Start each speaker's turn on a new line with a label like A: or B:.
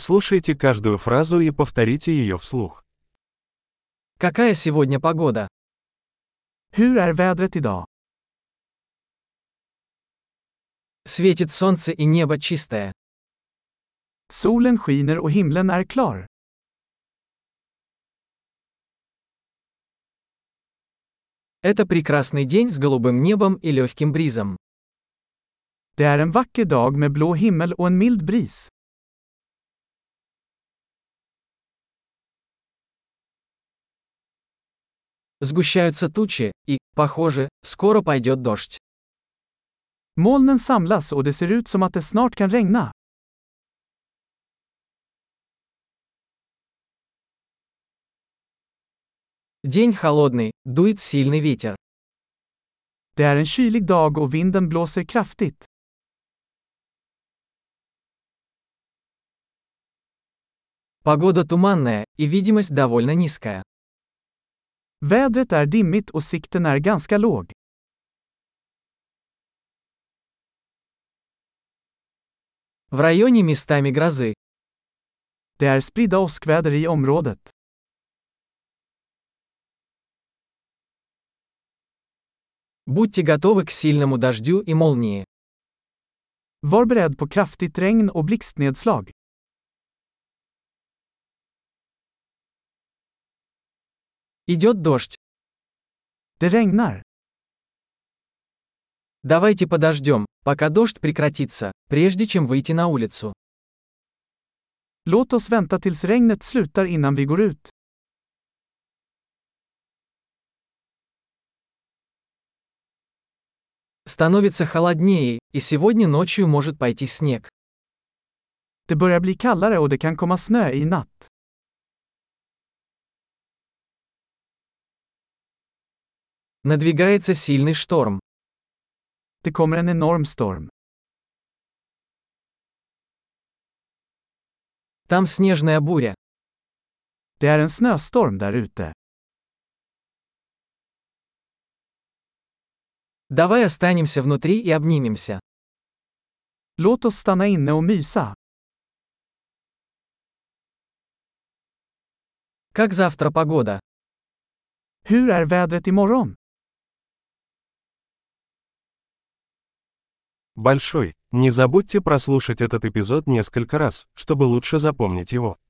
A: Прослушайте каждую фразу и повторите ее вслух.
B: Какая сегодня погода?
C: Hur är vädret idag?
B: Светит солнце и небо чистое.
C: Solen skiner och himlen är klar.
B: Это прекрасный день с голубым небом и легким бризом.
C: Det är en vacker dag med blå himmel och en mild bris.
B: Сгущаются тучи, и, похоже, скоро пойдет дождь.
C: Molnen samlas och det ser ut som att det snart kan regna.
B: День холодный, дует сильный ветер.
C: Det är en kylig dag och vinden blåser kraftigt.
B: Погода туманная, и видимость довольно низкая.
C: Vädret är dimmigt och sikten är ganska låg.
B: В районе местами грозы.
C: Det är spridda åskväder i området.
B: Будьте готовы к сильному дождю и молнии.
C: Var beredd på kraftigt regn och blixtnedslag.
B: Идет дождь.
C: Det regnar.
B: Давайте подождем, пока дождь прекратится, прежде чем выйти на улицу.
C: Låt oss vänta tills regnet slutar innan vi går ut.
B: Становится холоднее, и сегодня ночью может пойти снег.
C: Det börjar bli kallare och det kan komma snö i natt.
B: Надвигается сильный шторм.
C: Det kommer en enorm storm.
B: Там снежная буря.
C: Det är en snöstorm där ute.
B: Давай останемся внутри и обнимемся.
C: Låt oss stanna inne och mysa.
B: Как завтра погода?
C: Hur är vädret imorgon?
A: Большой. Не забудьте прослушать этот эпизод несколько раз, чтобы лучше запомнить его.